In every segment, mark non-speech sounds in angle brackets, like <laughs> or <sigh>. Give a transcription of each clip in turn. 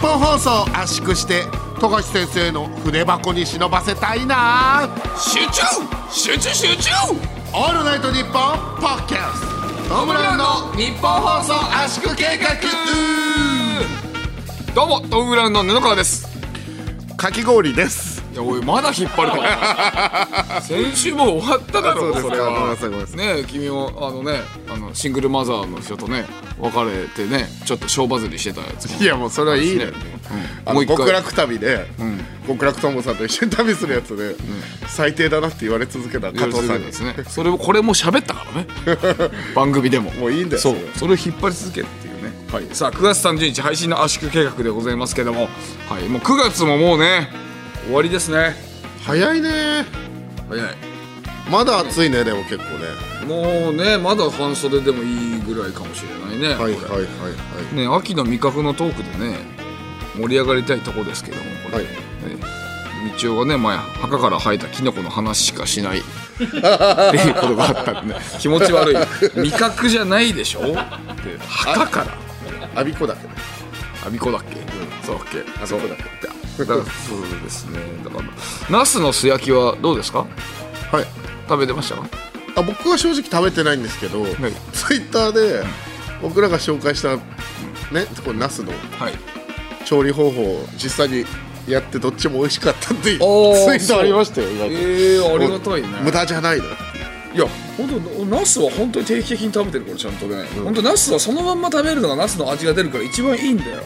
本放送圧縮して富樫先生の筆箱に忍ばせたいな集中集中集中「オールナイトニッポン」ポッキャストトムブラウンの日本放送圧縮計画どうもトム・ブラウンの布川ですかき氷ですいやおいまだ引っ張る <laughs> か先週もう終わっただろそれごめんなはさいごめんなさいね君もあのねあのシングルマザーの人とね別れてねちょっと小バズりしてたやつもいやもうそれはいいねねあものう一回極楽旅で、極楽ともさんと一緒に旅するやつで、最低だなって言われ続けた加藤さんにですねそれもこれも喋っ <laughs> たからね番組でももういいんだよそうそれそれを引っ張り続けるっていうねはいさあ9月30日配信の圧縮計画でございますけどもはいもう9月ももうね終わりですね早いね早いまだ暑いねでも結構ねもうねまだ半袖でもいいぐらいかもしれないねはいこはれいはいね秋の味覚のトークでね盛り上がりたいとこですけどもこれ、はいね、道夫がね前墓から生えたキノコの話しかし <laughs> ないっていうことがあったんで、ね、気持ち悪い味覚じゃないでしょって墓からはいアビコだけどアビコだっけ、そうだっけそうだっそうだからそうですねだからナスの素焼きはどうですかはい食べてましたかあ僕は正直食べてないんですけど、いツイッターで僕らが紹介した、ねこのナスのはい調理方法を実際にやってどっちも美味しかったっていうツイおーートありましたよ意外とええー、ありがたいね無駄じゃないのいや本当ナスは本当に定期的に食べてるからちゃんとね、本当ナスはそのまんま食べるのがナスの味が出るから一番いいんだよ、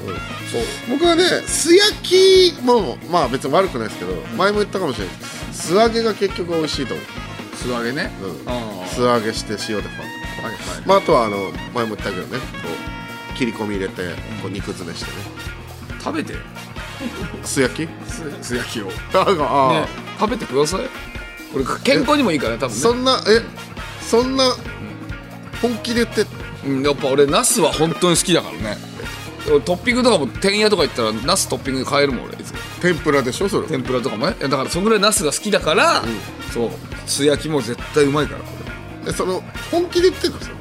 そう僕はね素焼きもまあ別に悪くないですけど前も言ったかもしれないです素揚げが結局美味しいと思素揚げね、う、うんああ素揚げして塩でパンはいはいまあ、あとはあの前も言ったけどねこう切り込み入れてこう肉詰めしてね食べて素焼き素素焼き <laughs> を、ね、ああ、食べてくださいこれ健康にもいいからね多分そねんなえそんな本気で言ってうんやっぱ俺ナスは本当に好きだからね俺トッピングとかもてんやとか行ったらナストッピングで買えるもん俺いつも天ぷらでしょそれ天ぷらとかもねいやだからそんぐらいナスが好きだから、そう素焼きも絶対うまいからこれえその本気で言ってんのそれ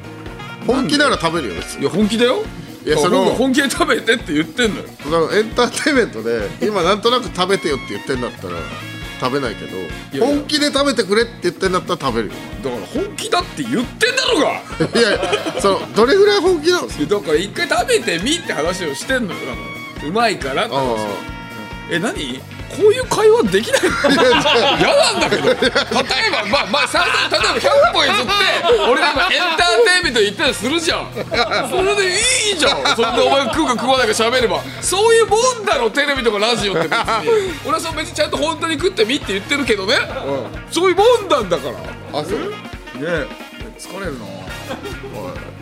本気なら食べるよ別にいや本気だよいやその僕本気で食べてって言ってんのよそのエンターテインメントで今なんとなく食べてよって言ってんだったら食べないけどいや本気で食べてくれって言ってんだったら食べるよ <laughs> だから本気だって言ってんだろうがいやいやそのどれぐらい本気なのいやだから一回食べてみって話をしてんのよだからうまいからってあえ何こういう会話できないの <laughs> 嫌なんだけど例えばまあまあ散々例えば100歩譲って俺が今エンターテインメント言ったりするじゃんそれでいいじゃんそれでお前食うか食わないか喋ればそういうもんだろテレビとかラジオって別に俺はその別にちゃんと本当に食ってみって言ってるけどね、そういうもんなんだからああそうね疲れるなあ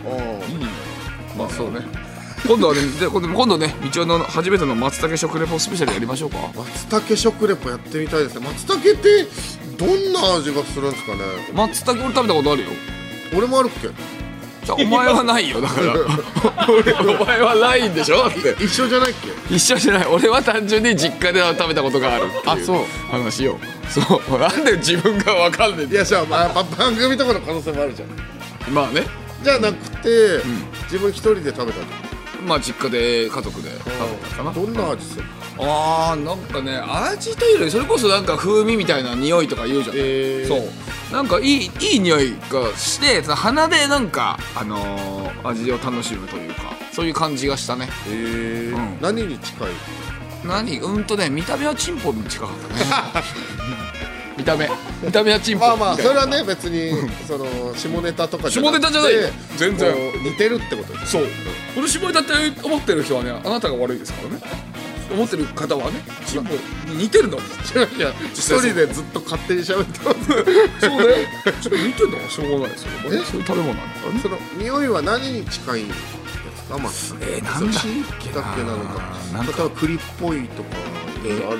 あまあそうね今度はねで今度今度ね道夫の初めての松茸食レポスペシャルやりましょうか松茸食レポやってみたいですね松茸ってどんな味がするんですかね松茸俺食べたことあるよ俺もあるっけじゃあお前はないよだから <laughs> 俺お前はないんでしょだって一緒じゃないっ一緒じゃない俺は単純に実家で食べたことがあるっていうあそう話をそうなんで自分が分かんねえけいんだよやじゃあ、まあ、ば番組とかの可能性もあるじゃんまあねじゃなくて、自分一人で食べたまあ実家で家族でのどんな味するあーなんかね味というよりそれこそなんか風味みたいな匂いとか言うじゃん、えーそうなんかいいいい匂いがしてその鼻でなんか、あのー味を楽しむというかそういう感じがしたねえーうん何に近い何うんとね見た目はチンポに近かったね <laughs> 見た目見た目はチンポまあまあみたそいなれはね別にその下ネタとか下ネタじゃないよ全然こう似てるってことですそうこの絞りだって思ってる人はねあなたが悪いですからね思ってる方はねチンポに似てるのいや一際そう人でずっと勝手に喋ってますそうだよちょっと似てるのはしょうがないですよえそういう食べ物なんだからねその匂いは何に近いんですかまあえーなんだっけなだっけなのかなん例かえば栗っぽいとかいろいろある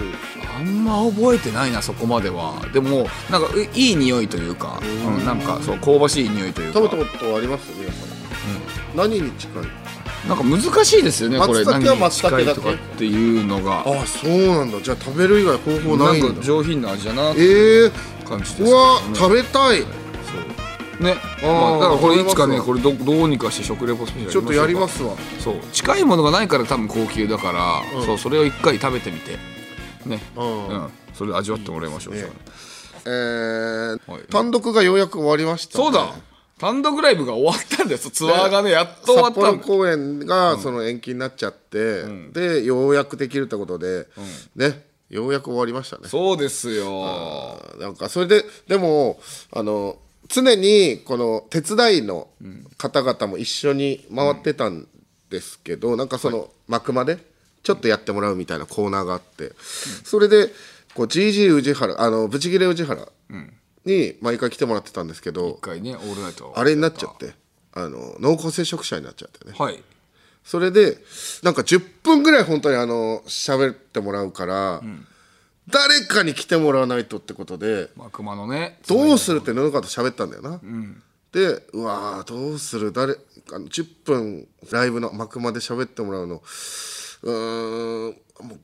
あんま覚えてないなそこまではでもなんかういい匂いというか、うんなんかそう香ばしい匂いというか食べたことあります皆さん何に近いなんか難しいですよねこれ松茸は何に松茸近いだけとかっていうのがああそうなんだじゃあ食べる以外方法なないんんかだ上品な味だなってええ感じですけうどわね食べたいね、あーまあ、だからこれいつかねわかこれどどうにかして食レポスペシャルちょっとやりますすわそう近いものがないから多分高級だから、そうそれを一回食べてみてねうんうん、それで味わってもらいましょういいですねえはいー、単独がようやく終わりましたね、そうだ単独ライブが終わったんですツアーがねやっと終わっ札た幌んだ公演がその延期になっちゃって、でようやくできるってことで、ねようやく終わりましたねそうですよなんかそれででもあの常にこの手伝いの方々も一緒に回ってたんですけど、なんかその幕までちょっとやってもらうみたいなコーナーがあって、それでこう GG 宇治原あのブチギレ宇治原に毎回来てもらってたんですけど一、回ねオールナイトあれになっちゃってあの濃厚接触者になっちゃってねはいそれでなんか10分ぐらい本当にあの喋ってもらうから、誰かに来てもらわないとってことでまあ熊のねどうするって布川と喋ったんだよな、でうわーどうする誰あの10分ライブの幕まで喋ってもらうのうーんもう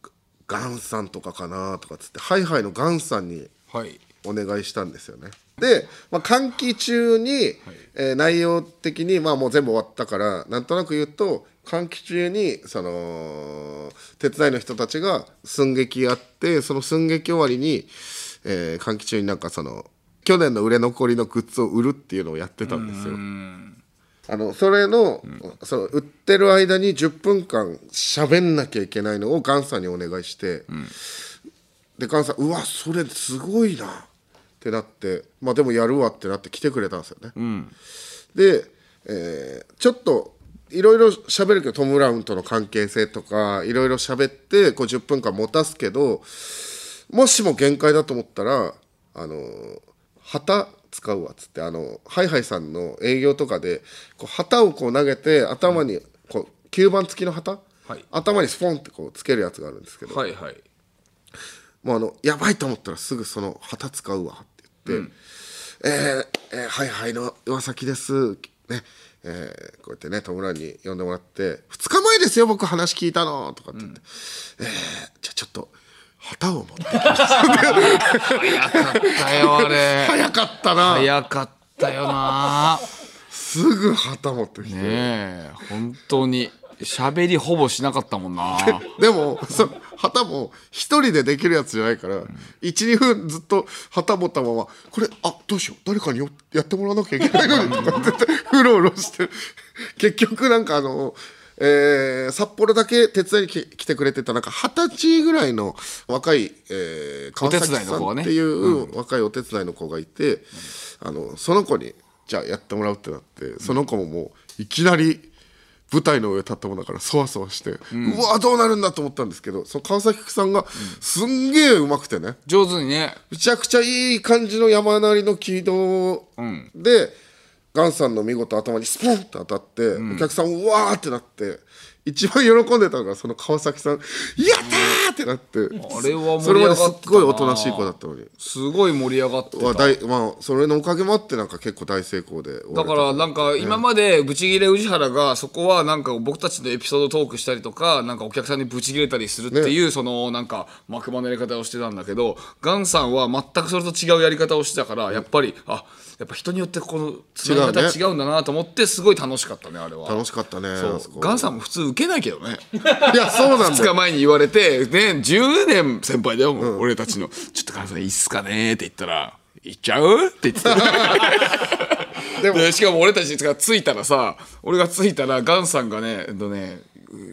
ガンさんとかかなとかっつってハイハイのガンさんにはいお願いしたんですよね。で、まあ、換気中に、えー内容的に、まあ、もう全部終わったからなんとなく言うと換気中にその手伝いの人たちが寸劇やってその寸劇終わりに、えー換気中になんかその去年の売れ残りのグッズを売るっていうのをやってたんですよ。あのそれの,、その売ってる間に10分間喋んなきゃいけないのをガンさんにお願いして。で菅さんうわそれすごいなってなってまあでもやるわってなって来てくれたんですよね、で、えーちょっといろいろ喋るけどトム・ブラウンとの関係性とかいろいろ喋ってこう10分間持たすけどもしも限界だと思ったらあのー旗使うわっつってあのハイハイさんの営業とかでこう旗をこう投げて頭にこう吸盤付きの旗、はい頭にスポンってこうつけるやつがあるんですけど、はいはいもうあのやばいと思ったらすぐその旗使うわって言って「えーえーはいはいの岩崎です」ねえーこうやってねトムランに呼んでもらって「2日前ですよ僕話聞いたの」とかって言って「えーじゃあちょっと旗を持ってきますだよあ <laughs> れ早かったな早かったよな <laughs> すぐ旗持ってきて、ねえ本当に喋りほぼしなかったもんなでもその旗も一人でできるやつじゃないから、12分ずっと旗持ったまま「これあどうしよう誰かによやってもらわなきゃいけないのに」とかって言ってうろうろして結局なんかあの。えー札幌だけ手伝いに来来てくれてたなんか二十歳ぐらいの若い、えー、川崎お手伝いさの子んがねっていう若いお手伝いの子がいて、あのその子にじゃあやってもらうってなってその子ももういきなり舞台の上立ったもんだからそわそわして、うわどうなるんだと思ったんですけどその川崎さんがすんげえうまくてね上手にねめちゃくちゃいい感じの山なりの軌道で、ガンさんの見事頭にスポンと当たって、お客さんうわーってなって一番喜んでたのがその川崎さん「やったー!」ってなって、あれはそ盛れり上までがったすなっごいおとなしい子だったのに。すごい盛り上がってはた大まあそれのおかげもあってなんか結構大成功で終わだれかたらなんか今までブチギレ宇治原がそこはなんか僕たちのエピソードトークしたりとかなんかお客さんにブチギレたりするっていうそのなんか幕間のやり方をしてたんだけどガンさんは全くそれと違うやり方をしてたからやっぱりあやっぱ人によってこのつ違なぎ方うがね違うんだなと思ってすごい楽しかったねあれは楽しかったねあそこガンさんも普通受けないけどねいやそう <laughs> なん2だよ日前に言われて、ね、10年先輩だよ、もう俺たちの「ちょっと母さんいいっすかね」って言ったら「行っちゃう?」って言ってたでもでしかも俺たちが着いたらさ俺が着いたらガンさんがねえっとね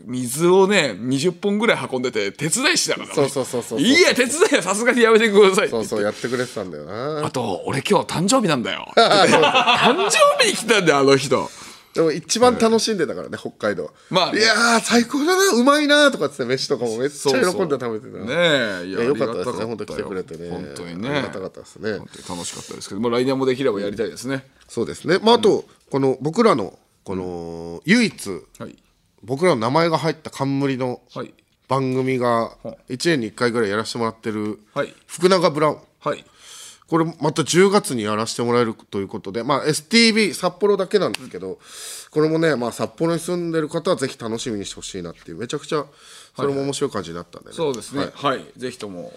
水をね20本ぐらい運んでて手伝いしてたからねそうそうそうそうそういや手伝いはさすがにやめてくださいっそうて言ってそうやってくれてたんだよなあと俺今日誕生日なんだ <laughs> よ誕生日に来たんだよあの人でも一番楽しんでたからね北海道まあねいやー最高だなうまいなーとかっつって飯とかもめっちゃ喜そうそうんで食べてたねえいいややよかったであすねり本が当来てたかたくよれてね本当にねありがたかったですね本当に楽しかったですけど、まあ、来年もできればやりたいですね。そうですねまああとこの僕らのこの唯一はい。僕らの名前が入った冠のはい。番組がはい1年に1回ぐらいやらせてもらってるはい福永ブラウンはい。これまた10月にやらせてもらえるということで、まあ、STB 札幌だけなんですけどこれもね、まあ、札幌に住んでる方はぜひ楽しみにしてほしいなっていうめちゃくちゃそれも面白い感じになったんでね、そうですね。はいはい、ぜひとも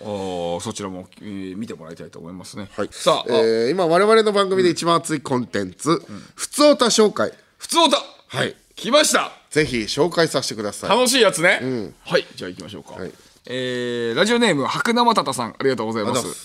おーそちらも、えー見てもらいたいと思いますね。はいさあ、えー今我々の番組で一番熱いコンテンツ、ふつおた紹介普通だ。はい来ました。ぜひ紹介させてください楽しいやつね、はいじゃあ行きましょうか、はいえーラジオネーム白生たたさんありがとうございまありがとうござい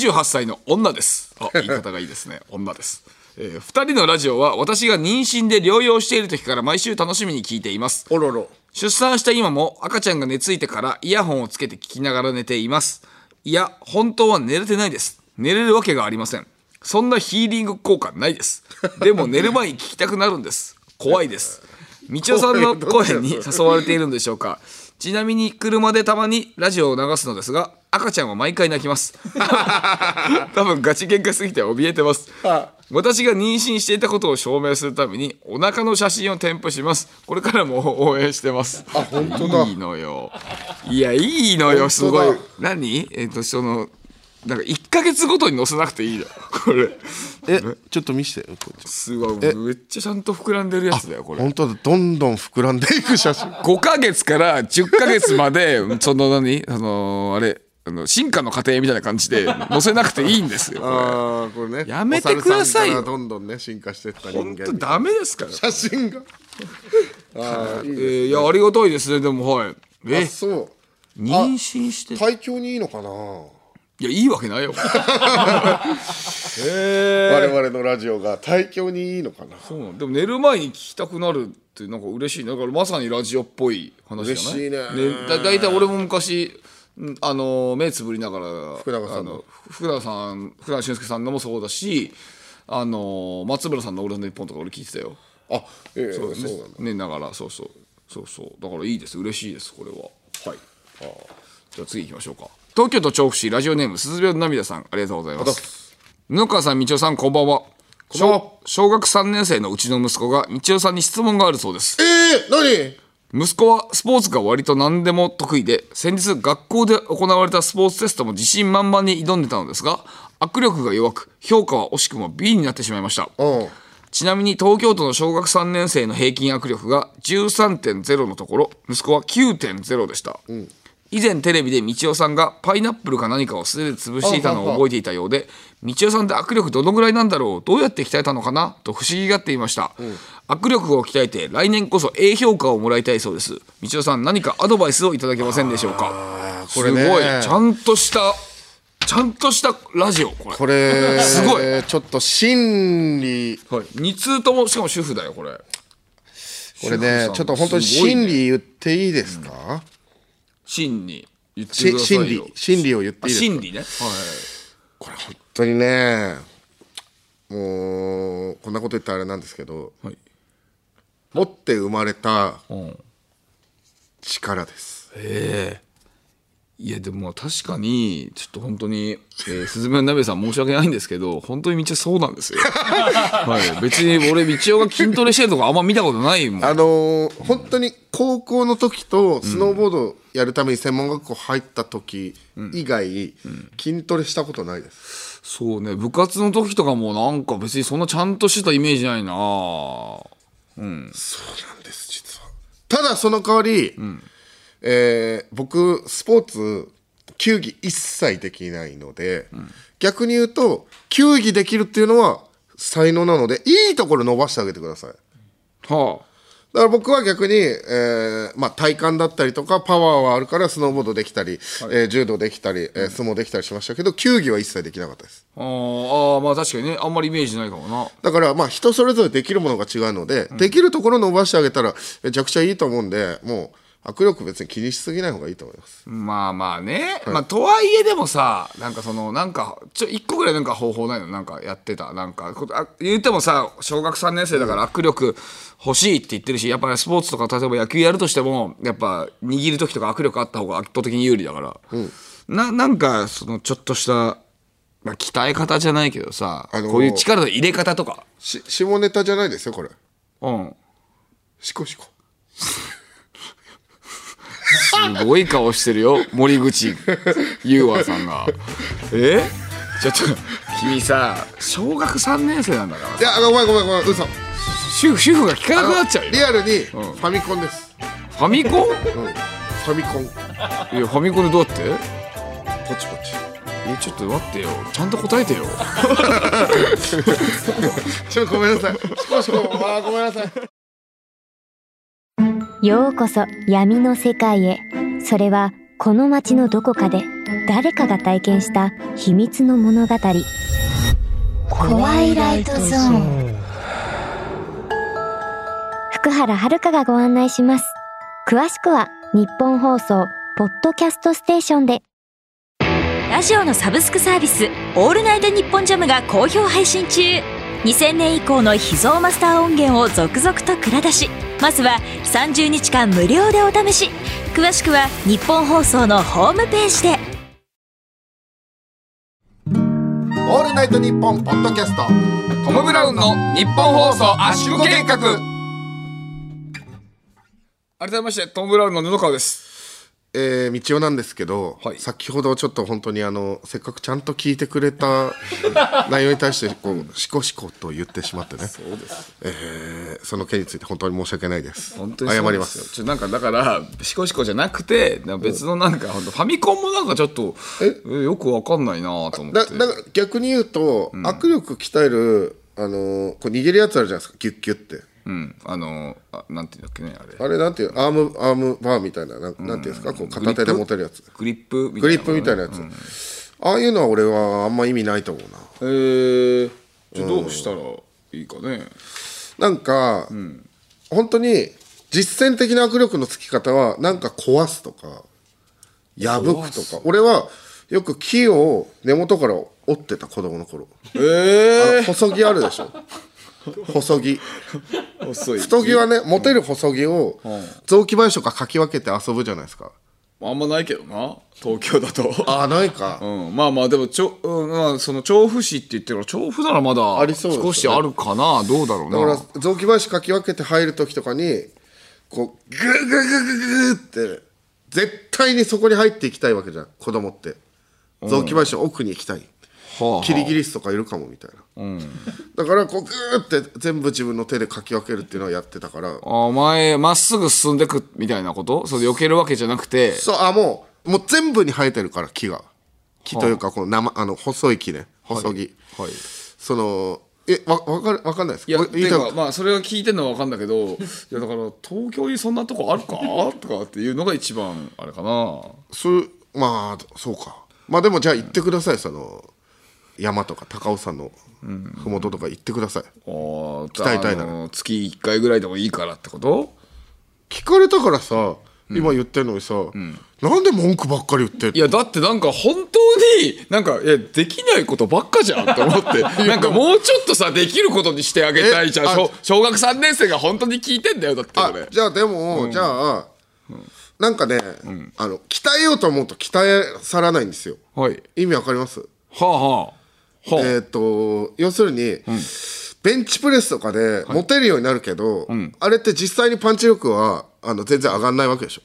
ます28歳の女です <laughs> あ言い方がいいですね女ですえー、2人のラジオは私が妊娠で療養している時から毎週楽しみに聞いていますおろろ出産した今も赤ちゃんが寝ついてからイヤホンをつけて聞きながら寝ていますいや本当は寝れてないです寝れるわけがありませんそんなヒーリング効果ないですでも寝る前に聞きたくなるんです怖いですみちおさんの声に誘われているんでしょうかちなみに車でたまにラジオを流すのですが赤ちゃんは毎回泣きます <laughs> 多分ガチ喧嘩すぎて怯えてます私が妊娠していたことを証明するためにお腹の写真を添付しますこれからも応援してますあ本当だいいのよいやいいのよすご本い当だ何えっ、とそのなんか1ヶ月ごとに載せなくていいのこれえちょっと見せてこっちすごいめっちゃちゃんと膨らんでるやつだよこれ本当だどんどん膨らんでいく写真5ヶ月から10ヶ月までその何あのあれあの進化の過程みたいな感じで載せなくていいんですよこれ <laughs> ああこれねやめてくださいよお猿んからどんどんね進化してった人本間当ダメですから写真があーいいえーいやありがたいですねでもはいえあそ妊娠してうい体調にいいのかなやいいわけ <laughs> ないよ我々のラジオが体調にいいのかなそうなのでも寝る前に聞きたくなるってなんか嬉しいねだからまさにラジオっぽい話じゃない嬉しいねだ大体俺も昔んあの目つぶりながら福永さんのあふ福永さん福永俊介さんのもそうだしあの松村さんの「俺の日本」とか俺聞いてたよあええそうなんだ寝ながらそうそうそうそうだからいいです嬉しいですこれははいじゃあ次行きましょうか東京都調布市ラジオネームすずべの涙さんありがとうございます布川さんみちおさんこんばんは小小学3年生のうちの息子がみちおさんに質問があるそうですえー、何息子はスポーツが割と何でも得意で先日学校で行われたスポーツテストも自信満々に挑んでたのですが握力が弱く評価は惜しくも B になってしまいましたうんちなみに東京都の小学3年生の平均握力が13.0のところ息子は9.0でした、以前テレビで道夫さんがパイナップルか何かを素手で潰していたのを覚えていたようで道夫さんって握力どのぐらいなんだろうどうやって鍛えたのかなと不思議がっていました、握力を鍛えて来年こそ A 評価をもらいたいそうです道夫さん何かアドバイスをいただけませんでしょうかこれねすごいちゃんとしたちゃんとしたラジオこれこれすごいちょっと心理はい、2通ともしかも主婦だよこれこれね主婦さんちょっと本当に心理言っていいですか、真に言ってしくださ心いよ理心理を言ってあいいですか真理ね、はい、これ本当にねもうこんなこと言ったらあれなんですけどはい持って生まれたん力です、いやでも確かにちょっと本当に、えー、 <laughs> スズメの鍋さん申し訳ないんですけど本当に道はそうなんです <laughs> よ、はい、別に俺道夫が筋トレしてるとこあんま見たことないもんあのー本当に高校の時とスノーボードやるために専門学校入った時以外、筋トレしたことないです、そうね部活の時とかもなんか別にそんなちゃんとしてたイメージないなそうなんです実はただその代わり、えー僕スポーツ球技一切できないので、逆に言うと球技できるっていうのは才能なのでいいところ伸ばしてあげてくださいはだから僕は逆に、えーまあ、体幹だったりとかパワーはあるからスノーボードできたり、えー柔道できたり、えー相撲できたりしましたけど球技は一切できなかったですああーあーまあ確かにねあんまりイメージないかもなだからまあ人それぞれできるものが違うので、できるところ伸ばしてあげたらめちゃくちゃいいと思うんでもう握力別に気にしすぎない方がいいと思いますまあまあね、まあとはいえでもさなんかそのなんかちょ一個ぐらいなんか方法ないのなんかやってたなんかこあ言ってもさ小学3年生だから握力欲しいって言ってるしやっぱりスポーツとか例えば野球やるとしてもやっぱ握る時とか握力あった方が圧倒的に有利だから、ななんかそのちょっとした、まあ、鍛え方じゃないけどさ、あのーこういう力の入れ方とかし下ネタじゃないですよこれうんシコシコすごい顔してるよ森口優和さんがえちちょっと君さ小学3年生なんだからいやごめんごめんごめん嘘主婦主婦が聞かなくなっちゃうよリアルにフうんァミコンです、ファミコンういん、ファミコンポやファミコンでどうやってチポチえちょっと待ってよちゃんと答えてよちょっとごめんなさい少しこうあーごめんなさいようこそ闇の世界へそれはこの街のどこかで誰かが体験した秘密の物語怖いライトゾーン福原遥がご案内します詳しくは日本放送ポッドキャストステーションでラジオのサブスクサービス「オールナイトニッポンジャム」が好評配信中2000年以降の秘蔵マスター音源を続々と蔵出しまずは30日間無料でお試し詳しくは日本放送のホームページでオールナイトニッポンポッドキャストトム・ブラウンの日本放送圧縮計画改めましてトム・ブラウンの布川ですえー、道夫なんですけど、はい先ほどちょっと本当にあのせっかくちゃんと聞いてくれた内容に対してこうしこしこと言ってしまってねそえーその件について本当に申し訳ないです本当にそう謝なりんでますすよちょなんかだからシコシコじゃなくてなんか別のなんかほんとファミコンもなんかちょっとえよくわかんないなと思ってだだから逆に言うと、握力鍛えるあのーこう握るやつあるじゃないですかギュッギュッてうんあのあなんていうんだっけねあれあれなんていうアームアームバーみたいななんなんていうんですかこう片手で持てるやつグリップみグリップみたいなややつ、ああいうのは俺はあんま意味ないと思うなつへえじゃあどうしたらいいかねなんか、本当に実践的な握力のつき方はなんか壊すとか破くとか俺はよく木を根元から折ってた子供の頃えあの細木あるで <laughs> しょ細木えー、遅い太木はね持てる細木を雑木林とかかき分けて遊ぶじゃないですかあんまないけどな東京だとああないか、うん、まあまあでもちょ、うんまあ、その調布市って言ってるから調布ならまだありそうですよね少しあるかなどうだろうだかなら雑木林かき分けて入る時とかにこうグーグーグーグーグーって絶対にそこに入っていきたいわけじゃん子供って雑木林の奥に行きたい、はあキリギリスとかいるかもみたいな、だからこうグーって全部自分の手でかき分けるっていうのをやってたからあ前まっすぐ進んでくみたいなことそれ避けるわけじゃなくてそうあもうもう全部に生えてるから木が木というかこの生あの細い木ね細木、はいそのえわわかるわかんないですいやわ言てたかまあそれは聞いてるのは分かんだけどいやだから東京にそんなとこあるかとかっていうのが一番あれかなそうまあそうかまあでもじゃあ行ってくださいその山とか高尾山の麓とか行ってください、あー鍛えたいなあの月1回ぐらいでもいいからってこと聞かれたからさ今言ってんのにさ、なんで文句ばっかり言ってんのいやだってなんか本当になんかいやできないことばっかじゃんと思って <laughs> なんかもうちょっとさできることにしてあげたいじゃんえあ小小学3年生が本当に聞いてんだよだってあこれじゃあでも、じゃあなんかね、あの鍛えようと思うと鍛えさらないんですよはい意味わかりますはあはあはあ、えっ、と要するに、ベンチプレスとかで持てるようになるけど、あれって実際にパンチ力はあの全然上がんないわけでしょ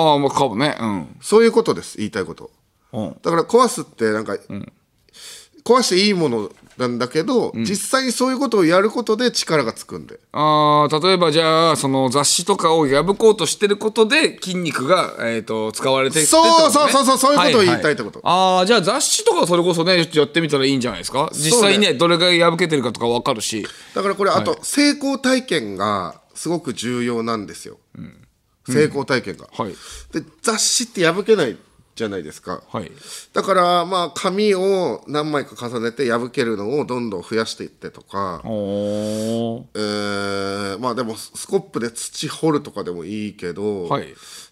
ああまあかもねうんそういうことです言いたいことうんだから壊すってなんか、壊していいものなんだけど、実際にそういうことをやることで力がつくんであー例えばじゃあその雑誌とかを破こうとしてることで筋肉が、えー、と使われてってそうことねそうそうそうそういうことを言いたいってことははああじゃあ雑誌とかそれこそねちょっとやってみたらいいんじゃないですか実際にねどれが破けてるかとか分かるしだからこれあと成功体験がすごく重要なんですよ、成功体験が、はいで雑誌って破けないじゃないですか、はいだからまあ紙を何枚か重ねて破けるのをどんどん増やしていってとか、おーえーまあでもスコップで土掘るとかでもいいけど、はい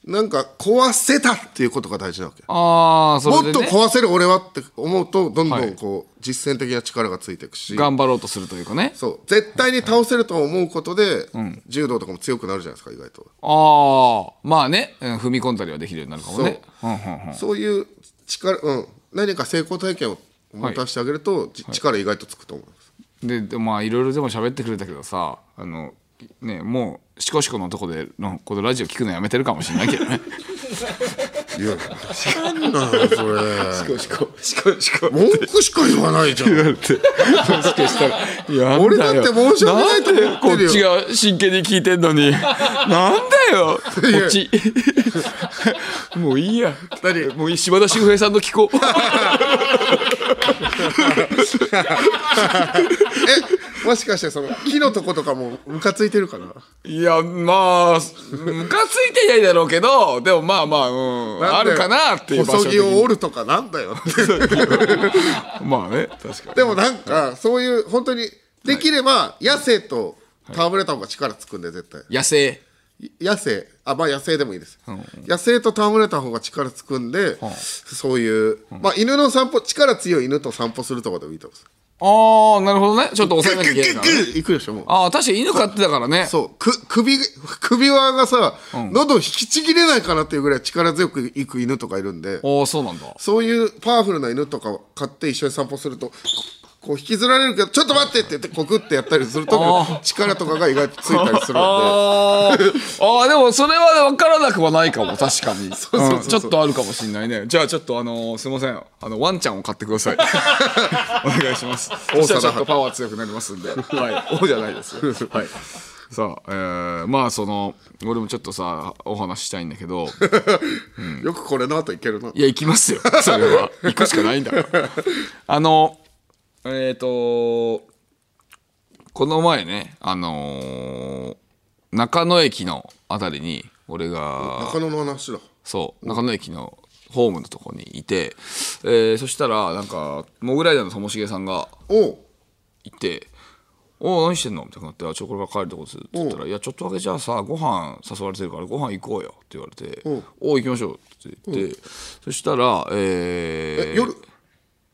なんか壊せたっていうことが大事なわけ、ああそもれっで、とね、壊せる俺はって思うとどんどはんいこう実践的な力がついていくし、頑張ろうとするというかねそう絶対に倒せると思うことで、柔道とかも強くなるじゃないですか意外と、ああまあね、うん踏み込んだりはできるようになるかもねうんうんうんそういう力、うん、何か成功体験を持たせてあげると、じ力意外とつくと思いますででまあいろいろでも喋ってくれたけどさあの <laughs> ねもうシコシコのとこでのこのラジオ聞くのやめてるかもしれないけどねいや知らんなそれシコシコシコシコ文句しか言わないじゃんもしかしたらいや <laughs> 俺だって申し訳ないと思ってるよなんでこっちが真剣に聞いてんのになんだよこっち <laughs> もういいや何もういい島田秀平さんの聞こうえもしかしてその木のとことかもムカついてるか <laughs> ないやまあムカついてないだろうけどでもまあまあ、うん、あなんでるかなっていう場所細的木にを折るとかなんだよってまあね確かにでもなんかそういう本当にできれば野生と戯れた方が力つくんで絶対野生野生あまあ野生でもいいです、野生と戯れた方が力つくんで、そういう、まあ犬の散歩力強い犬と散歩するとかでもいいと思いますああなるほどねちょっと抑えなきゃいけないから、グね、ッいくでしょもうああ確かに犬飼ってたからねそうく首首輪がさ、喉引きちぎれないかなっていうぐらい力強くいく犬とかいるんでおおそうなんだそういうパワフルな犬とかを飼って一緒に散歩するとこう引きずられるけど「ちょっと待って」って言ってこうグッてやったりすると力とかが意外とついたりするんで。あーあーでもそれは分からなくはないかも確か <laughs> にうんちょっとあるかもしれないねじゃあちょっとあのーすいませんあのワンちゃんを買ってくだ <laughs> さいお願いします王ちょっとパワー強くなりますんではい王じゃないですはいさあ、えー、まあその俺もちょっとさお話ししたいんだけど <laughs> よくこれの後いけるないや、行きますよ。それは。行くしかないんだから。あの、えっ、と、この前ね、あのー中野駅のあたりに、俺が、中野の話だそう、中野駅のホームのとこにいて、えーそしたら、なんか、モグライダーのともしげさんがおういて、おお何してんのみたいになって「あちょこれから帰るとこです」って言ったら「いやちょっとだけじゃあさご飯誘われてるからご飯行こうよ」って言われてうん「おお行きましょう」って言ってそしたらええー夜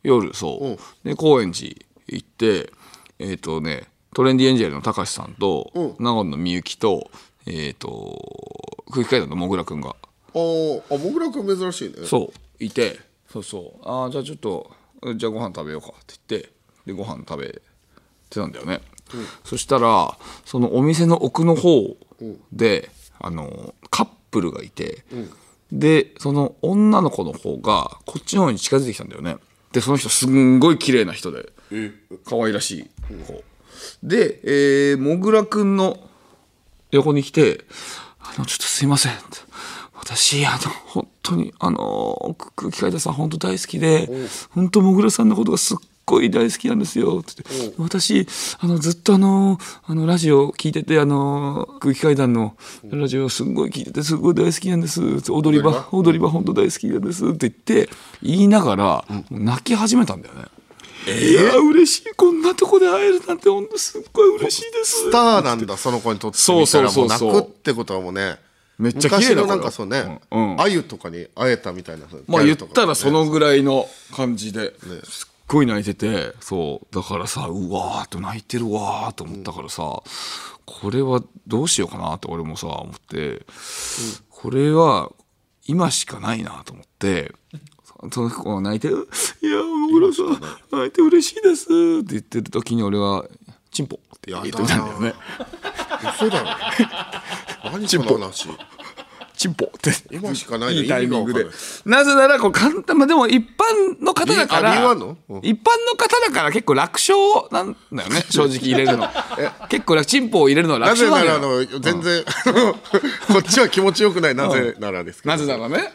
夜そう、うんで高円寺行ってえっ、とねトレンディエンジェルのたかしさんと、うん納言のみゆきとえっ、と空気階段のもぐらくんがおあもぐらくん珍しいねそういてそうそうああじゃあちょっとじゃあご飯食べようかって言ってでご飯食べてたんだよね、そしたらそのお店の奥の方で、あのカップルがいて、でその女の子の方がこっちの方に近づいてきたんだよねでその人すんごい綺麗な人で可愛らしい子、で、えー、もぐらくんの横に来て「あのちょっとすいません」私あの本当にあの空気階段さん本当大好きで本当もぐらさんのことがすっごい大好きなんですよ」って言って私あのずっとあのあのラジオ聞いててあの空気階段のラジオすんごい聞いててすごい大好きなんです」って踊り場踊り場本当大好きなんです」って言って言いながら泣き始めたんだよね。いや嬉しいこんなとこで会えるなんて本当すっごい嬉しいですスターなんだその子にとってそうみたらそもううそう泣そうくってことはもうねめっちゃ綺麗だか昔のならんかそうねうんうんあゆとかに会えたみたいなまあ言ったらそののぐらいの感じで、すっごい泣いててそうだからさうわーっと泣いてるわーと思ったからさ、これはどうしようかなって俺もさ思って、これは今しかないなと思って。その子が泣いて「いや小倉さん泣いて嬉しいです」って言ってる時に俺は「チンポ」って言ってたんだよね嘘だろ <laughs> 何その話チンポって今しかないのいいタイミングで意味がわなぜならこう簡単まあでも一般の方だから理あ理由あんのうん一般の方だから結構楽勝なんだ <laughs> よね正直入れるの結構楽チンポを入れるのは楽なぜ勝ななのらあよの全然こっちは気持ちよくないなぜならですけどなぜならね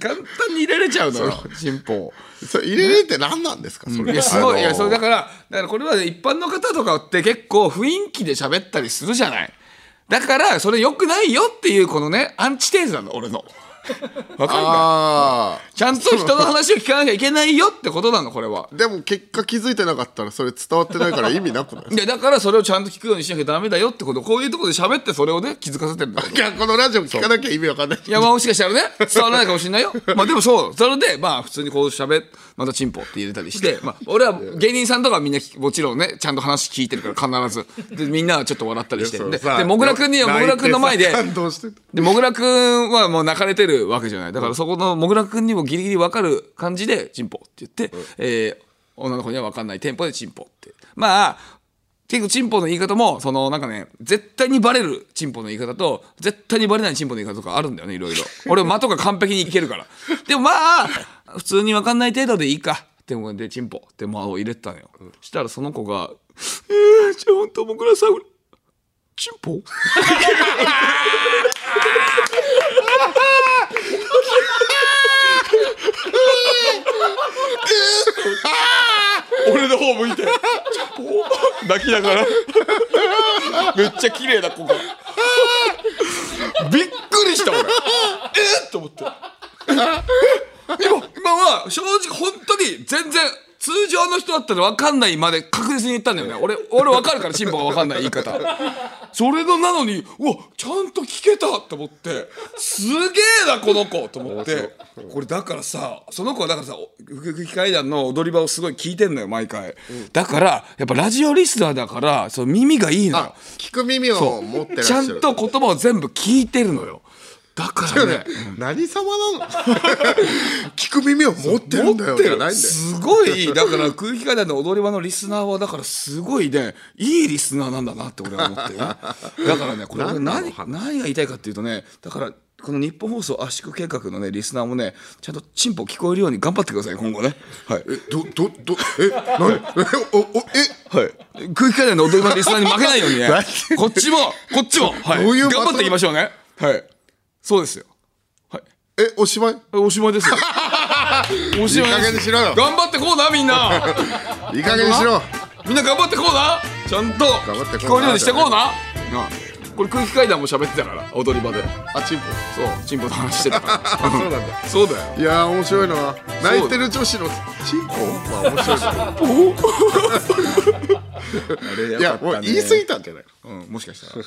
簡単に入れれちゃうのよチンポをそれ入れれって何なんですかそれいやすあごい、のいやそうだからだからこれはね、一般の方とかって結構雰囲気で喋ったりするじゃないだからそれ良くないよっていうこのねアンチテーゼなの俺のわかるかあちゃんと人の話を聞かなきゃいけないよってことなのこれはーでも結果気づいてなかったらそれ伝わってないから意味なくないですかいやだからそれをちゃんと聞くようにしなきゃダメだよってことこういうところで喋ってそれをね気づかせてるんだ <laughs> いやこのラジオ聞かなきゃ意味わかんないいやまあもしかしたらね伝わらないかもしれな <laughs> いよまあでもそうそれでまあ普通にこう喋っまたチンポって入れた <laughs> りして、まあ、俺は芸人さんとかはみんな聞もちろんねちゃんと話聞いてるから必ずでみんなはちょっと笑ったりしてそうでさでもぐらくんにはもぐらくんの前泣いでてさ感動してでもぐらくんはもう泣かれてるわけじゃないだからそこのもぐらくんにもギリギリ分かる感じで「チンポ」って言って、えー女の子には分かんないテンポで「チンポ」ってまあ結構チンポの言い方もそのなんかね絶対にバレるチンポの言い方と絶対にバレないチンポの言い方とかあるんだよねいろいろ俺間とか完璧にいけるからでもまあ普通に分かんない程度でいいかって思うんでチンポって間を入れてたのよ、したらその子が「えー、じゃあ本当僕らさチンポ?」俺の方向いて <laughs> 泣きながら <laughs> めっちゃ綺麗な子がびっくりした俺えっと思ってでも今は正直本当に全然通常の人だったら分かんないまで確実に言ったんだよね俺俺分かるから進歩が分かんない言い方それのなのにうわちゃんと聞けたと思ってすげえなこの子と思ってこれだからさその子はだからさお福々機械団の踊り場をすごい聞いてんのよ毎回、だからやっぱラジオリスナーだからその耳がいいのよあ聞く耳を持ってらっしちゃゃるんと言葉を全部聞いてるのよだからね何様なの <laughs> 聞く耳を持ってるんだよじゃないんだよすごいだから空気階段の踊り場のリスナーはだからすごいねいいリスナーなんだなって俺は思ってるだからねこれ何何が言いたいかっていうとねだからこの日本放送圧縮計画のねリスナーもねちゃんとチンポ聞こえるように頑張ってください今後ねはいえどどどえ何 <laughs> えおおえはい、空気階段の踊り場のリスナーに負けないよ <laughs> うにねこっちもこっちも、はい、どういう頑張っていきましょうねはいそうですよはいえおしまいおしまいで <laughs> すよおしまいですいい加減にしろよ頑張ってこうなみ <laughs> んないい加減にしろみんな頑張ってこうなちゃんと張ってこうな聞こえるようにしてこうななあこれ空気階段も喋ってたから踊り場であチンポそうチンポの話してたからあ <laughs> そうなんだ <laughs> そうだよいやー面白いな泣いてる女子のチンコまあ面白いないいやもう言い過ぎたんじゃないうん、もしかしたら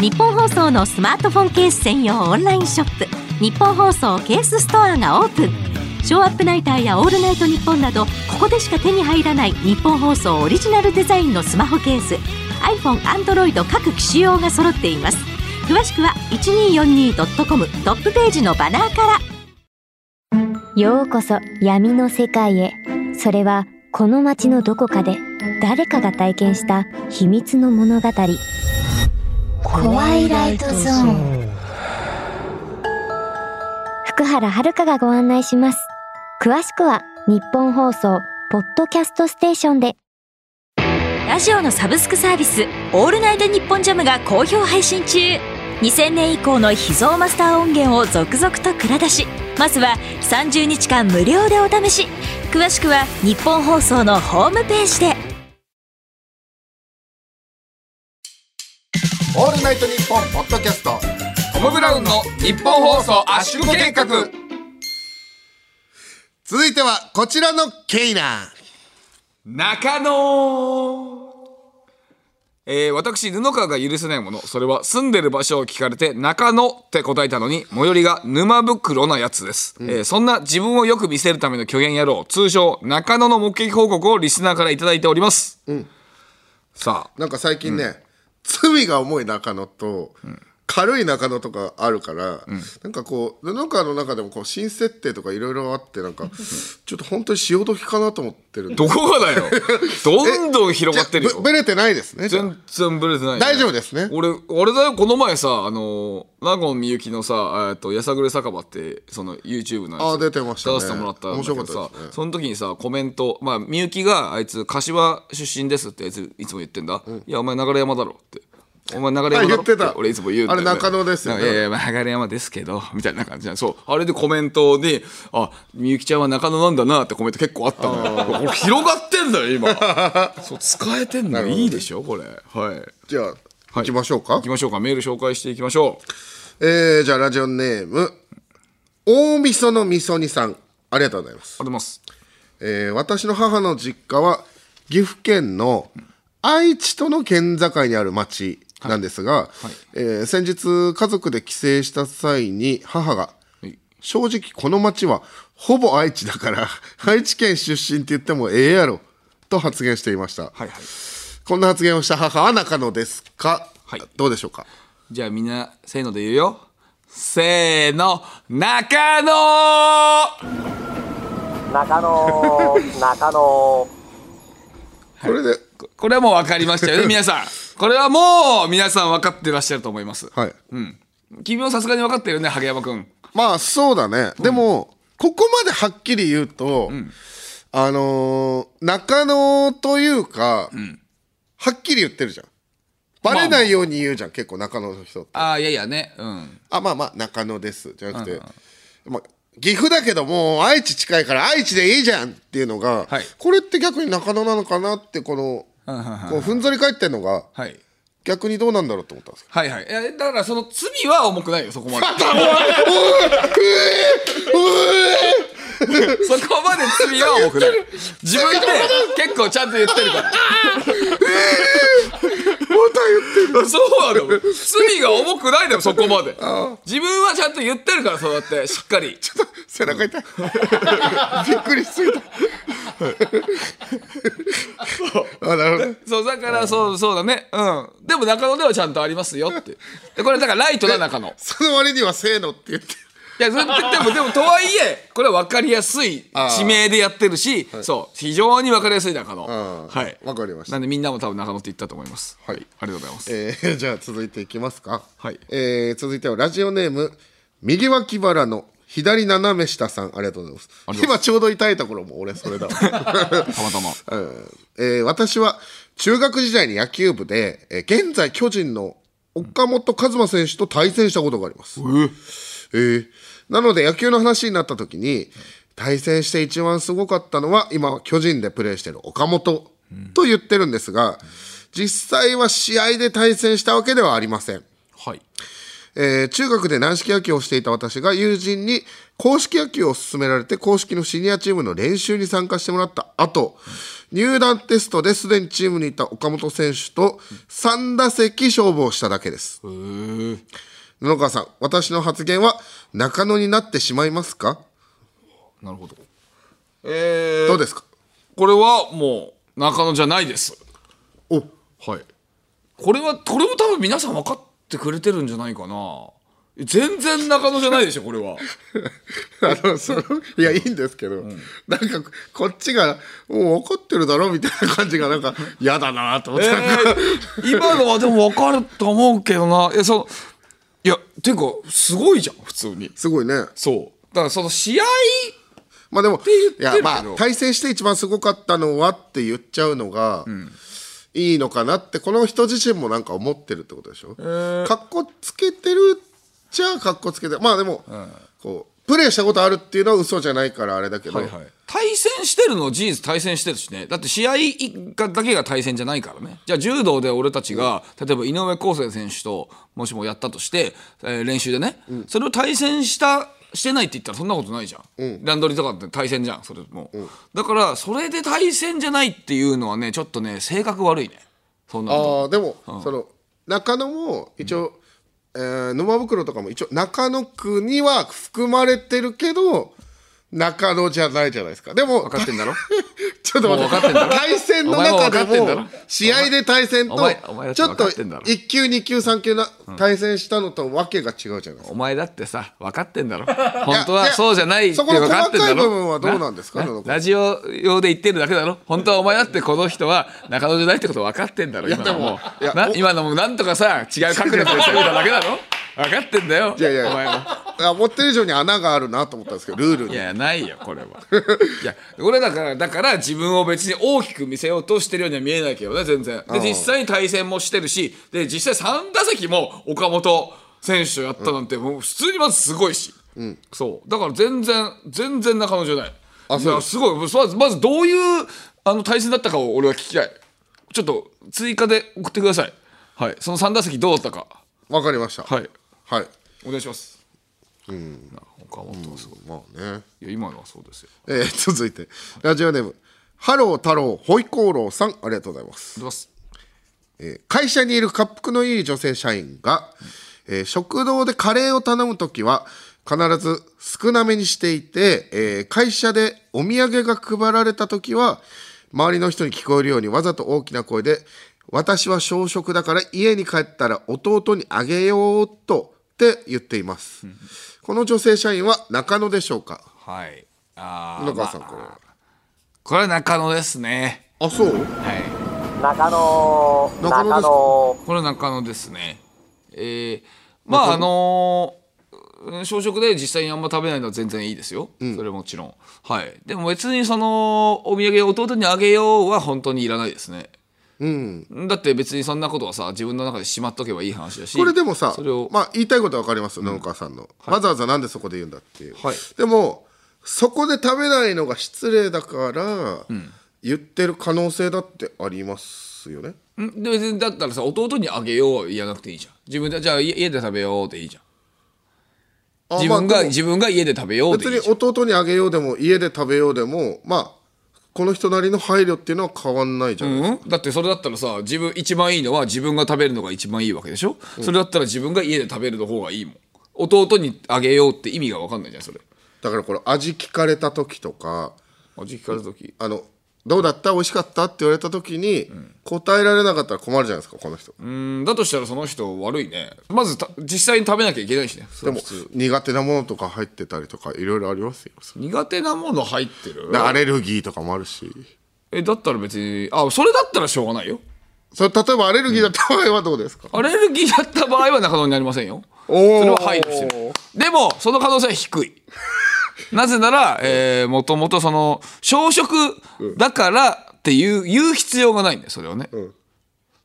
日本放送のスマートフォンケース専用オンラインショップ日本放送ケースストアがオープンショーアップナイターやオールナイトニッポンなどここでしか手に入らない日本放送オリジナルデザインのスマホケース iPhone、Android 各機種用が揃っています詳しくは 1242.com トップページのバナーからようこそ闇の世界へそれはこの街のどこかで誰かが体験した秘密の物語怖いライトゾーン福原遥がご案内します詳しくは日本放送ポッドキャストステーションでラジオのサブスクサービス「オールナイトニッポンジャム」が好評配信中2000年以降の秘蔵マスター音源を続々と蔵出しまずは30日間無料でお試し詳しくは日本放送のホームページで「オールナイトニッポン」ポッドキャストトム・ブラウンの日本放送圧縮計画続いてはこちらのケイナ中野えー、私布川が許せないものそれは住んでる場所を聞かれて中野って答えたのに最寄りが沼袋なやつです、えーそんな自分をよく見せるための虚言野郎通称中野の目撃報告をリスナーから頂いいております、さあなんか最近ね、罪が重い中野と、軽い中野とかあるから、なんかこう布川の中でもこう新設定とかいろいろあってなんか、ちょっと本当に潮時かなと思ってるんでどこが <laughs> だよどんどん広がってるよぶぶれてないですねじゃあ全然ブレてないね、大丈夫ですね俺俺だよこの前さあの納言みゆきのさ「えっとやさぐれ酒場」ってその YouTube のやつあ出てましたね出させてもらったんだけどさ面白かったですねその時にさコメントまあみゆきがあいつ柏出身ですってやついつも言ってんだ、いやお前流山だろってお前流山だろあ言ってた俺いつも言うんだよ、ね、あれ中野ですよねなんかいやいやまあ流山ですけどみたいな感じなんそうあれでコメントであみゆきちゃんは中野なんだなってコメント結構あったのよこれ広がってんだよ今 <laughs> そう使えてんのいいでしょこれはいじゃあ、はい行きましょうか行きましょうかメール紹介していきましょうえー、じゃあラジオネーム大味噌の味噌煮さんありがとうございますありますえー私の母の実家は岐阜県の愛知との県境にある町なんですが、えー先日家族で帰省した際に母がはい「正直この町はほぼ愛知だから <laughs> 愛知県出身って言ってもええやろ」と発言していました、はいはいこんな発言をした母は中野ですか、はいどうでしょうかじゃあみんなせーので言うよせーの中野中野中野これで、ここれはもう分かりましたよね <laughs> 皆さんこれはもう皆さん分かってらっしゃると思います、はい。うん君もさすがに分かってるね萩山君まあそうだね、でもここまではっきり言うと、あのー中野というか、はっきり言ってるじゃんバレないように言うじゃん、結構中野の人ってああいやいやねうんあまあまあ中野ですじゃなくて、まあ、岐阜だけどもう愛知近いから愛知でいいじゃんっていうのが、はいこれって逆に中野なのかなってこの、うんうんうんこうふんぞり返ってんのが、はい逆にどうなんだろうと思ったんですけはいはいいやだからその罪は重くないよそこ <laughs> までどそこまで罪は重く <laughs> ない自分で結構ちゃんと言ってる <laughs> からそうなの罪が重くないでもそこまで自分はちゃんと言ってるからそうやってしっか <laughs> り背中痛いびっくりしすぎたあなるほどねそうだからそうそうだねうんでも中野ではちゃんとありますよってでこれだからライトな中野その割にはせーのって言っていやそれでもでもとはいえこれは分かりやすい地名でやってるし、そう非常に分かりやすい中野あーはいわかりましたなんでみんなも多分中野って言ったと思いますはいありがとうございます、えーじゃあ続いていきますか、はいえー続いてはラジオネーム右脇腹の左斜め下さんありがとうございます今ちょうど痛いところも俺それだわたまたまうんえー私は中学時代に野球部で、えー現在巨人の岡本和真選手と対戦したことがあります、えーなので野球の話になった時に対戦して一番すごかったのは今は巨人でプレーしている岡本と言ってるんですが、実際は試合で対戦したわけではありません、はいえー中学で軟式野球をしていた私が友人に硬式野球を勧められて硬式のシニアチームの練習に参加してもらった後入団テストですでにチームにいた岡本選手と3打席勝負をしただけです布川さん私の発言は中野になってしまいますかなるほどえー、どうですかこれはもう中野じゃないですおはいこれはこれも多分皆さん分かってくれてるんじゃないかな全然中野じゃないでしょこれは <laughs> あのそのいやいいんですけど、なんかこっちがもう分かってるだろみたいな感じがなんか嫌だなと思っえて、なんかー、 <laughs> 今のはでも分かると思うけどないやそのいやていうかすごいじゃん普通にすごいねそう。だからその試合、まあでも、言っているやけどまあ対戦して一番すごかったのはって言っちゃうのが、いいのかなってこの人自身もなんか思ってるってことでしょ。かっこつけてるじゃあかっこつけてまあでも、こうプレーしたことあるっていうのは嘘じゃないからあれだけど、対戦してるの事実対戦してるしね。だって試合がだけが対戦じゃないからね。じゃあ柔道で俺たちが、例えば井上康生選手ともしもやったとして、えー練習でね、それを対戦した、してないって言ったらそんなことないじゃん。ランドリーとかって対戦じゃん、それも。だから、それで対戦じゃないっていうのはね、ちょっとね、性格悪いね。そんなの。ああでも、その中野も一応、えー沼袋とかも一応中野区には含まれてるけど中野じゃないじゃないですかでも分かってんだろちょっと待もう分っかっててんだろ対戦のお前も分中かってでんだろも試合で対戦とお前お前だってちょ分っかとってんだろ1級2級3級な対戦したのとわけが違うじゃないですかお前だってさ分かって <laughs> んだろ本当はそうじゃないってそ分このかってん細だろかい部分はどうなんですか野中ラジオ用で言ってるだけだろ本当はお前だってこの人は中野じゃないってこと分かってんだろいや今のももでもいやなお今のもなんとかさ違う角度で喋っただけだろ分かってんだよいやいやお前もいや思ってる以上に穴があるなと思ったんですけどルールいにやないよこれはいや俺だからだから自分を別に大きく見せようとしてるようには見えないけどね全然で実際に対戦もしてるしで実際3打席も岡本選手とやったなんてもう普通にまずすごいし、そうだから全然全然中野じゃないあそうすごいまずまずどういうあの対戦だったかを俺は聞きたいちょっと追加で送ってくださいはいその3打席どうだったかわかりましたはいはいお願いしますな岡本はすごい,、まあねいや今のはそうですよえー続いてラジオネームハロー太郎ホイコーローさんありがとうございますいきますえー会社にいる恰幅のいい女性社員が、えー食堂でカレーを頼む時は必ず少なめにしていて、えー会社でお土産が配られた時は周りの人に聞こえるようにわざと大きな声で「私は小食だから家に帰ったら弟にあげよう」とって言っています、この女性社員は中野でしょうかはい。あー野川さんこれまあこれは中野ですね。あそうはい中野中野ですかこれ中野ですねえー、まああのー小食で実際にあんま食べないのは全然いいですよ、それはもちろんはいでも別にそのお土産を弟にあげようは本当にいらないですねうんだって別にそんなことはさ自分の中でしまっとけばいい話だしこれでもさそれを、まあ言いたいことは分かります農家さんの、わざわざなんでそこで言うんだっていう、はいでもそこで食べないのが失礼だから、言ってる可能性だってありますよねんで別にだったらさ弟にあげようは言わなくていいじゃん自分でじゃあ家家で食べようでいいじゃんあ自分が、まあでも自分が家で食べようで別いいにじゃん弟にあげようでも家で食べようでもまあこの人なりの配慮っていうのは変わんないじゃん、うん、だってそれだったらさ自分一番いいのは自分が食べるのが一番いいわけでしょ、それだったら自分が家で食べるの方がいいもん弟にあげようって意味が分かんないじゃんそれだからこれ味聞かれた時とか味聞かれた時あのどうだった美味しかったって言われた時に、答えられなかったら困るじゃないですかこの人、うんだとしたらその人悪いねまずた実際に食べなきゃいけないしねでも苦手なものとか入ってたりとかいろいろありますよ苦手なもの入ってるでアレルギーとかもあるしえだったら別にあそれだったらしょうがないよそれ例えばアレルギーだった場合はどうですか、アレルギーだった場合は中野になりませんよ。そおーれは配慮してる。でも、その可能性は低 <laughs> い。なぜなら、えー、もともとその、小食だからっていう、言う必要がないんだよ、それはね。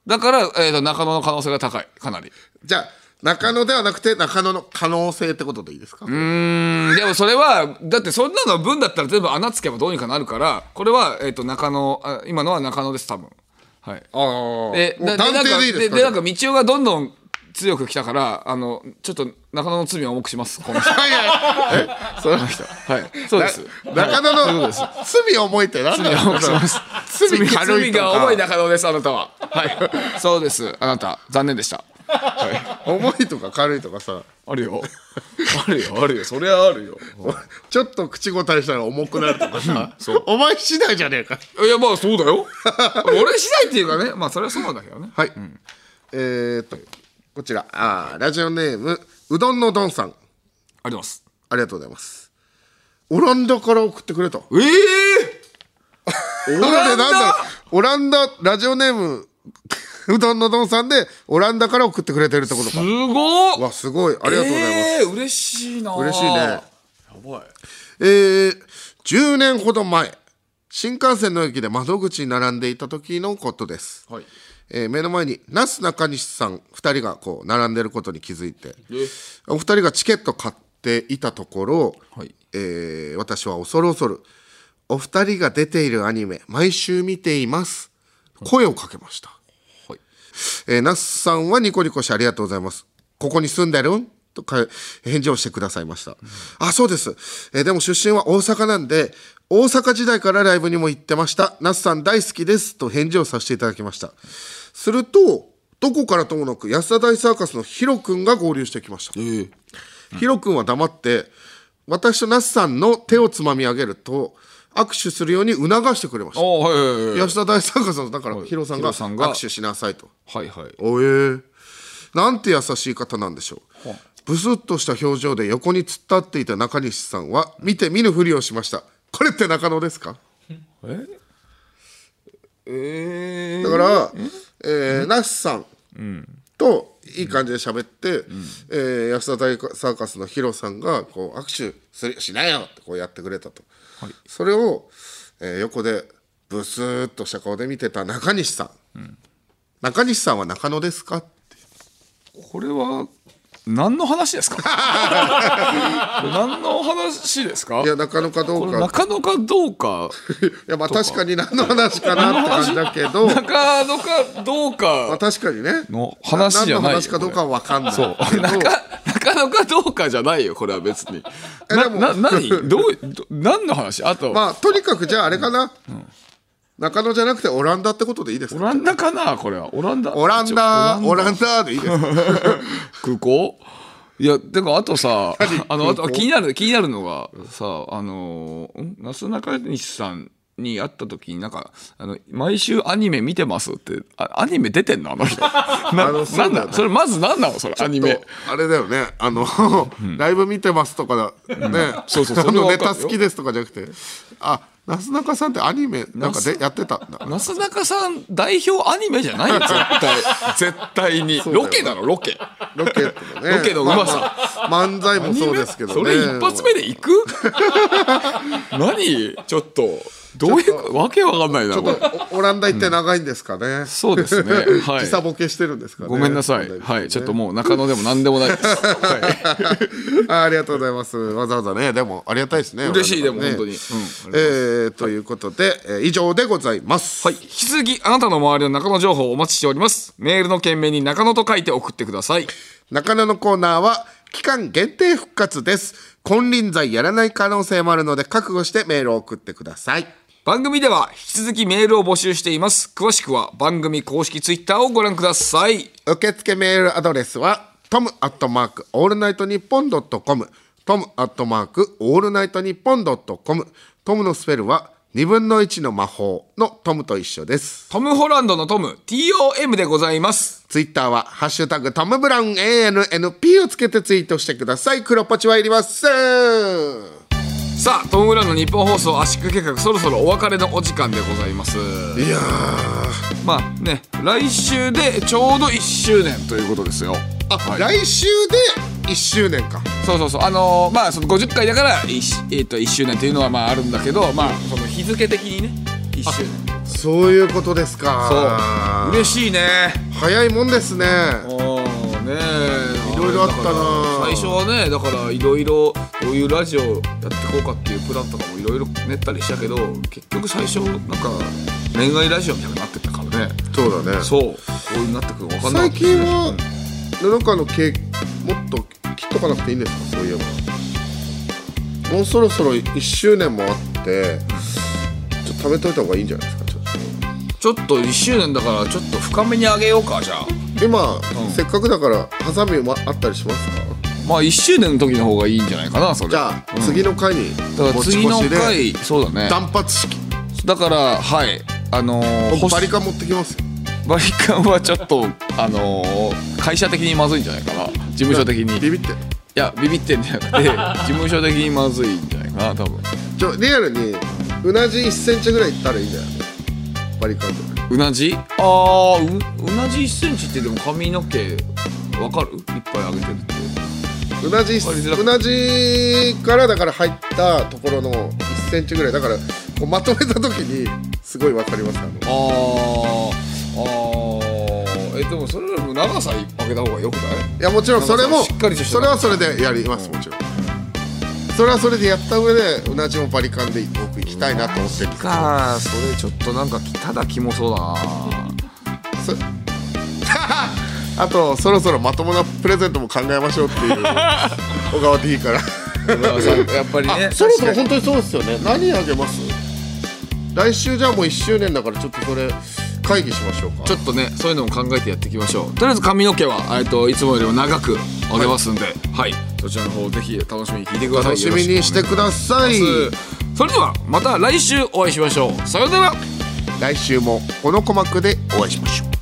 だから、えーと、中野の可能性が高い、かなり。じゃあ中野ではなくて中野の可能性ってことでいいですか、うん、でもそれは、だってそんなの分だったら全部穴つけばどうにかなるから、これは、えーと、中野、あ今のは中野です、多分。はい。ああえもうな断なん定かでいいですかでなんか道夫がどんどん強く来たからあのちょっと中野の罪を重くしますこの人 <laughs> いやいやその人はいそうですな中野の罪重いって何だろう罪軽い罪とがか重い中野ですあなたははいそうですあなた残念でした <laughs> 重いとか軽いとかさあるよ <laughs> あるよあるよそりゃあるよちょっと口答えしたら重くなるとかさお前次第じゃねえかいやまあそうだよ俺次第っていうかねまあそれはそうなんだけどねはい、えー、っとこちらあーラジオネームうどんのどんさんありますありがとうございますオランダから送ってくれたええオランダオランダラジオネーム <laughs> うどんのどんさんでオランダから送ってくれてるってことかすごっわすごいありがとうございます、えー嬉しいな嬉しいねやばいえー、10年ほど前新幹線の駅で窓口に並んでいた時のことです、はいえー目の前になすなかにしさん2人がこう並んでることに気づいてお二人がチケット買っていたところ、はいえー私は恐る恐るお二人が出ているアニメ毎週見ています声をかけました、はいえー、那須さんはニコニコしてありがとうございます。ここに住んでるんとか返事をしてくださいました。あ、そうです、えーでも出身は大阪なんで、大阪時代からライブにも行ってました。那須さん大好きです。と返事をさせていただきました。すると、どこからともなく安田大サーカスのヒロ君が合流してきました。ヒロ君は黙って、私と那須さんの手をつまみ上げると、握手するように促してくれました。おはいはいはい安田大サーカスの、だからヒロさんがヒロさんが握手しなさいと。はいはいおえなんて優しい方なんでしょうブスッとした表情で横に突っ立っていた中西さんは見て見ぬふりをしましたこれって中野ですかえだから、えー、那須さんといい感じで喋って、えー安田大サーカスのヒロさんがこう握手するしなよってこうやってくれたと、それを、えー横でブスーっとした顔で見てた中西さん、中西さんは中野ですかこれは何の話 <laughs> ですかこれ何の話ですかいや中野かどうこれか中野かどうか <laughs> いやまあ確かに何の話かなって感じだけ <laughs> ど、ま中野かどうあか確かにね。の話じゃない何のよ話かどうかは分かんないけど。 <laughs> 中中野かどうかじゃないよこれは別にえなでもな何どうど何の話あと、まあとにかくじゃああれかな。中野じゃなくてオランダってことでいいですオか。ランダかなこれはオランダオランダ、オランダでいいですか。空港いやてかあとさあのあと空港気になる気になるのがさあのんなすなかにしさんに会った時になんかあの毎週アニメ見てますってあアニメ出てんの <laughs> あの人なあのそうだねなんだそれまず何なのそれアニメあれだよね。あの、ライブ見てますとかだね。そうそうそれあはの <laughs> 分ネかるよタ好きですとかじゃなくて、あなすなかさんってアニメなんかでやってたんだなすなかさん代表アニメじゃないよ絶対 <laughs> 絶対にうだよロケだろロケロケットのねロケのうまさあまあ漫才もそうですけどねそれ一発目で行 <laughs> く何ちょっとどういうわけわかんないなこれおオランダ行って長いんですかね、そうです <laughs> ねはい時差ボケしてるんですかねごめんなさそうい、だよねはいちょっともう中野でも何でもない <laughs> です、はあありがとうございますわざわざねでもありがたいですねい、嬉しいでもね本当に、うんえー、ということで、えー以上でございますはい、引き続きあなたの周りの中野情報をお待ちしておりますメールの件名に中野と書いて送ってください中野のコーナーは期間限定復活です金輪際やらない可能性もあるので覚悟してメールを送ってください番組では引き続きメールを募集しています詳しくは番組公式ツイッターをご覧ください受付メールアドレスはトムアットマークオールナイトニッポンドットコムトムアットマークオールナイトニッポンドットコムトムのスペルは2分の1の魔法のトムと一緒ですトム・ホランドのトム TOM でございますツイッターはハッシュタグトムブラウン ANNP をつけてツイートしてください黒ポチはいりませんさあトム・ブラウンの日本放送圧縮計画そろそろお別れのお時間でございますいやまあね来週でちょうど1周年ということですよあ、来週で1周年かそうそうそうあのーまあその50回だから 1,、えー、と1周年というのはまああるんだけどまあその日付的にね1周年そういうことですそかう嬉しいね早いもんですねおーねえいろいろあったなだから最初はねだからいろいろどういうラジオやってこうかっていうプランとかもいろいろ練ったりしたけど結局最初なんか恋愛ラジオみたいになってったからねそうだねそうこういうなってくるの分かんない最近は布川の毛もっと切っとかなくていいんですかそういえばもうそろそろ1周年もあってちょっと貯めといた方がいいんじゃないですかちょっちょっと1周年だからちょっと深めにあげようかじゃあと今、んせっかくだからハサミもあったりしますかまあ1周年の時の方がいいんじゃないかなそれじゃあ、うん次の回にだから持ち次越のしで回そうだね断髪式だからはいあのー僕星バリカン持ってきますよバリカンはちょっとあのー会社的にまずいんじゃないかな事務所的にビいビってやビビってんじゃな <laughs> くて事務所的にまずいんじゃないかな多分ちょリアルにうなじ1センチぐらいいったらいいんじゃないバリカンとかうなじあーううなじ1センチってでも髪の毛わかるいっぱいあげてるってうなじ割りづらくうなじからだから入ったところの1センチぐらいだからこうまとめた時にすごいわかりますあのあーあーえでもそれよりも長さあげた方がよくないいやもちろんそれなんもかしっかりとしたそれはそれでやりますもちろんそれはそれでやった上でうなじもバリカンで僕行きたいなと思ってるんですけどかそれちょっとなんかただキモそうだ <laughs> なそあとそろそろまともなプレゼントも考えましょうっていう小川 D からやっぱりねあそろそろ本当にそうですよね何あげます来週じゃあもう1周年だからちょっとそれ会議しましょうかちょっとねそういうのも考えてやっていきましょうとりあえず髪の毛はえっといつもよりも長く上げますんではい、そちらの方ぜひ楽しみに聞いてください楽しみにしてくださいよろしくお願いしますそれではまた来週お会いしましょうさようなら来週もこの鼓膜でお会いしましょう